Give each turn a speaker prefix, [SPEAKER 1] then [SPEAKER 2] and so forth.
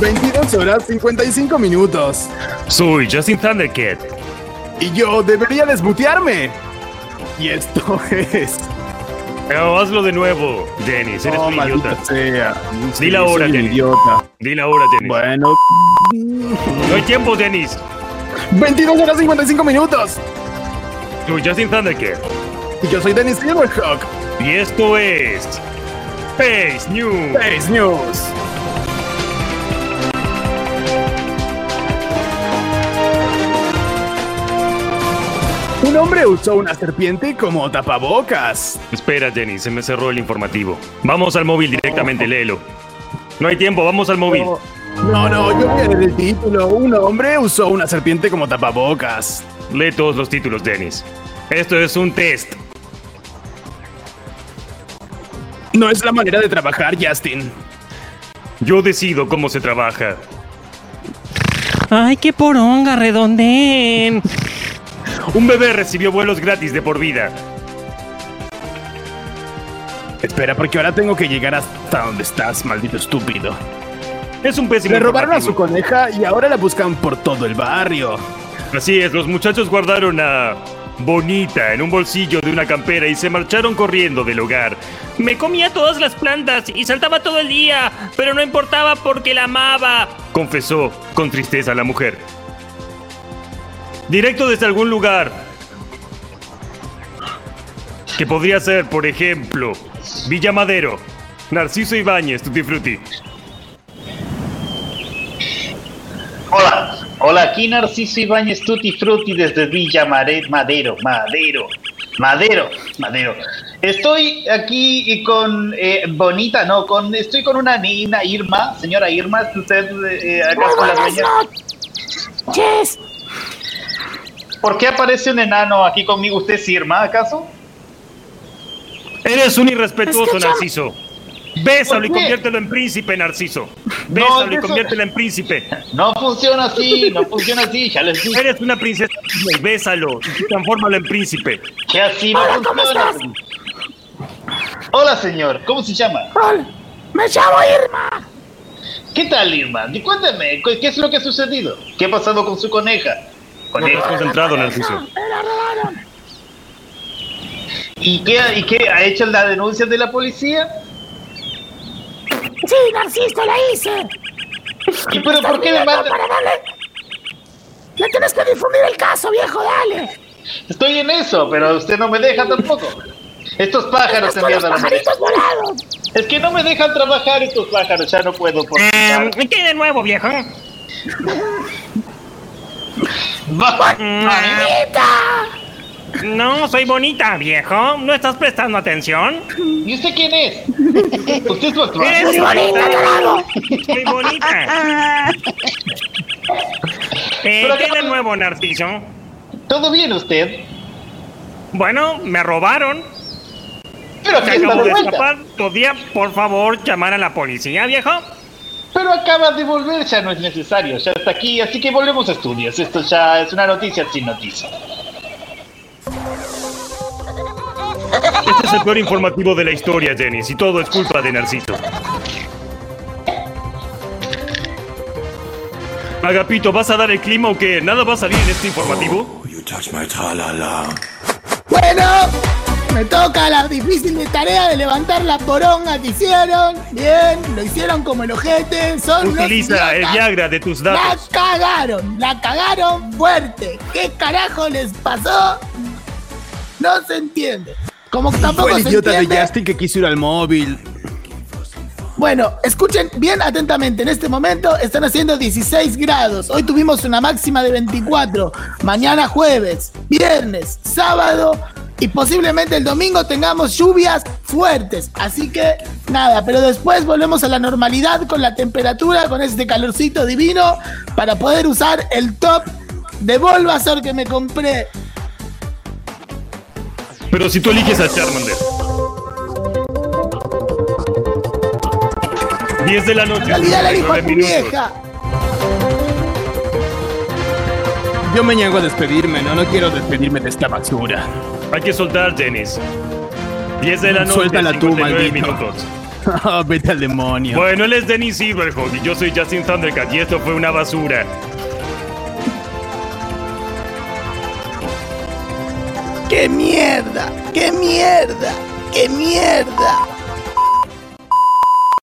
[SPEAKER 1] 22 horas 55 minutos.
[SPEAKER 2] Soy Justin Thundercat.
[SPEAKER 1] Y yo debería desmutearme. Y esto es.
[SPEAKER 2] Pero Oh, hazlo de nuevo, Dennis. Eres
[SPEAKER 1] Oh,
[SPEAKER 2] un idiota.
[SPEAKER 1] maldita sea.
[SPEAKER 2] Di la hora,
[SPEAKER 1] soy un
[SPEAKER 2] Jenny.
[SPEAKER 1] idiota.
[SPEAKER 2] Dile ahora, Dennis.
[SPEAKER 1] Bueno,
[SPEAKER 2] No hay tiempo, Dennis.
[SPEAKER 1] 22 horas 55 minutos.
[SPEAKER 2] Soy Justin Thundercat.
[SPEAKER 1] Y yo soy Dennis Silverhawk.
[SPEAKER 2] Y esto es. Space News.
[SPEAKER 1] Face News. Un hombre usó una serpiente como tapabocas.
[SPEAKER 2] Espera, Dennis. Se me cerró el informativo. Vamos al móvil directamente, léelo. No hay tiempo, vamos al móvil.
[SPEAKER 1] No, no, yo voy a leer el título. Un hombre usó una serpiente como tapabocas.
[SPEAKER 2] Lee todos los títulos, Dennis. Esto es un test.
[SPEAKER 1] No es la manera de trabajar, Justin.
[SPEAKER 2] Yo decido cómo se trabaja.
[SPEAKER 3] ¡Ay, qué poronga, redondén!
[SPEAKER 2] Un bebé recibió vuelos gratis de por vida.
[SPEAKER 1] Espera, porque ahora tengo que llegar hasta donde estás, maldito estúpido.
[SPEAKER 2] Es un pésimo.
[SPEAKER 1] Le robaron a su
[SPEAKER 2] informativo.
[SPEAKER 1] coneja y ahora la buscan por todo el barrio.
[SPEAKER 2] Así es, los muchachos guardaron a Bonita en un bolsillo de una campera y se marcharon corriendo del hogar. Me comía todas las plantas y saltaba todo el día, pero no importaba porque la amaba, confesó con tristeza la mujer. Directo desde algún lugar. Que podría ser, por ejemplo, Villa Madero, Narciso Ibáñez, Tutti Frutti.
[SPEAKER 4] Hola, hola, aquí Narciso Ibáñez Tutti Frutti desde Villa Mare- Madero, Madero, Madero, Madero. Estoy aquí y con eh, Bonita, no, con estoy con una niña Irma, señora Irma, ¿es usted eh, acaso la dueña?
[SPEAKER 5] Yes.
[SPEAKER 4] ¿Por qué aparece un enano aquí conmigo? ¿Usted es Irma, acaso?
[SPEAKER 2] Eres un irrespetuoso,
[SPEAKER 5] Escucha.
[SPEAKER 2] Narciso. Bésalo y
[SPEAKER 4] ¿Por qué?
[SPEAKER 2] conviértelo en príncipe, Narciso. Bésalo y
[SPEAKER 4] eso-
[SPEAKER 2] conviértelo en príncipe.
[SPEAKER 4] No funciona así, no funciona así, ya les dije
[SPEAKER 2] Eres una princesa y bésalo y transfórmalo en príncipe.
[SPEAKER 4] que así no
[SPEAKER 5] Hola, ¿cómo
[SPEAKER 4] funciona.
[SPEAKER 5] estás?
[SPEAKER 4] Hola, señor, ¿cómo se llama?
[SPEAKER 5] Hola, me llamo Irma.
[SPEAKER 4] ¿Qué tal, Irma? Cuéntame, ¿qué qué es lo que ha sucedido? ¿Qué ha pasado con su coneja?
[SPEAKER 2] No estás concentrado, Narciso.
[SPEAKER 5] No, Ah, me la robaron.
[SPEAKER 4] ¿Y qué, ¿Y qué? ¿Ha hecho la denuncia de la policía?
[SPEAKER 5] Sí, Narciso, la hice.
[SPEAKER 4] ¿Y pero
[SPEAKER 5] Estás
[SPEAKER 4] por qué
[SPEAKER 5] viendo
[SPEAKER 4] demanda?
[SPEAKER 5] Para darle... Le tienes que difundir el caso, viejo, dale.
[SPEAKER 4] Estoy en eso, pero usted no me deja tampoco. Estos
[SPEAKER 5] Estás
[SPEAKER 4] pájaros se
[SPEAKER 5] con los
[SPEAKER 4] mierda no me dejan.
[SPEAKER 5] pajaritos volados.
[SPEAKER 4] Es que no me dejan trabajar estos pájaros, ya no puedo. por-
[SPEAKER 2] Eh,
[SPEAKER 3] Em, ¿Qué de nuevo, viejo?
[SPEAKER 4] Va-
[SPEAKER 5] ¡Bonita!
[SPEAKER 3] No, soy bonita, viejo. ¿No estás prestando atención?
[SPEAKER 4] ¿Y usted quién es? ¿Usted es Batman?
[SPEAKER 3] Eres
[SPEAKER 5] ¡Es bonita, dorado!
[SPEAKER 3] Soy bonita. Eh, ¿Qué de nuevo, Narciso?
[SPEAKER 4] ¿Todo bien usted?
[SPEAKER 3] Bueno, me robaron.
[SPEAKER 4] Pero aquí
[SPEAKER 3] Me
[SPEAKER 4] está
[SPEAKER 3] acabo
[SPEAKER 4] de
[SPEAKER 3] de
[SPEAKER 4] vuelta.
[SPEAKER 3] escapar. ¿Podría, por favor, llamar a la policía, viejo?
[SPEAKER 4] Pero acaba de volver, ya no es necesario, ya está aquí, así que volvemos a estudios. Esto ya es una noticia sin noticia.
[SPEAKER 2] Este es el peor informativo de la historia, Dennis, y todo es culpa de Narciso. Agapito, ¿vas a dar el clima o qué? ¿Nada va a salir en este informativo?
[SPEAKER 6] You touch my tra-la-la.
[SPEAKER 7] Bueno, me toca la difícil de tarea de levantar la poronga que hicieron. Bien, lo hicieron como el ojete. Son unos
[SPEAKER 2] Utiliza el
[SPEAKER 7] idiotas.
[SPEAKER 2] Viagra de tus
[SPEAKER 7] La
[SPEAKER 2] datos.
[SPEAKER 7] cagaron, la cagaron fuerte. ¿Qué carajo les pasó? No se entiende. Como tampoco
[SPEAKER 1] Fue el
[SPEAKER 7] se
[SPEAKER 1] idiota de
[SPEAKER 7] entiende.
[SPEAKER 1] Justin que quiso ir al móvil.
[SPEAKER 7] Bueno, escuchen bien atentamente. En este momento están haciendo 16 grados. Hoy tuvimos una máxima de 24. Mañana jueves, viernes, sábado y posiblemente el domingo tengamos lluvias fuertes. Así que nada, pero después volvemos a la normalidad con la temperatura, con este calorcito divino para poder usar el top de Volvazor que me compré.
[SPEAKER 2] Pero si tú eliges a Charmander. 10 de la noche.
[SPEAKER 7] En realidad la dijo a
[SPEAKER 2] 9
[SPEAKER 7] tu
[SPEAKER 2] minutos.
[SPEAKER 7] vieja.
[SPEAKER 1] Yo me niego a despedirme, ¿no? No quiero despedirme de esta basura.
[SPEAKER 2] Hay que soltar, Dennis. 10 de la noche.
[SPEAKER 1] Suéltala tú,
[SPEAKER 2] 59
[SPEAKER 1] maldito.
[SPEAKER 2] minutos.
[SPEAKER 1] Ah, Vete al demonio.
[SPEAKER 2] Bueno, él es Dennis Silverhawk y yo soy Justin Thundercat y esto fue una basura.
[SPEAKER 7] ¡Qué mierda! ¡Qué mierda! ¡Qué mierda!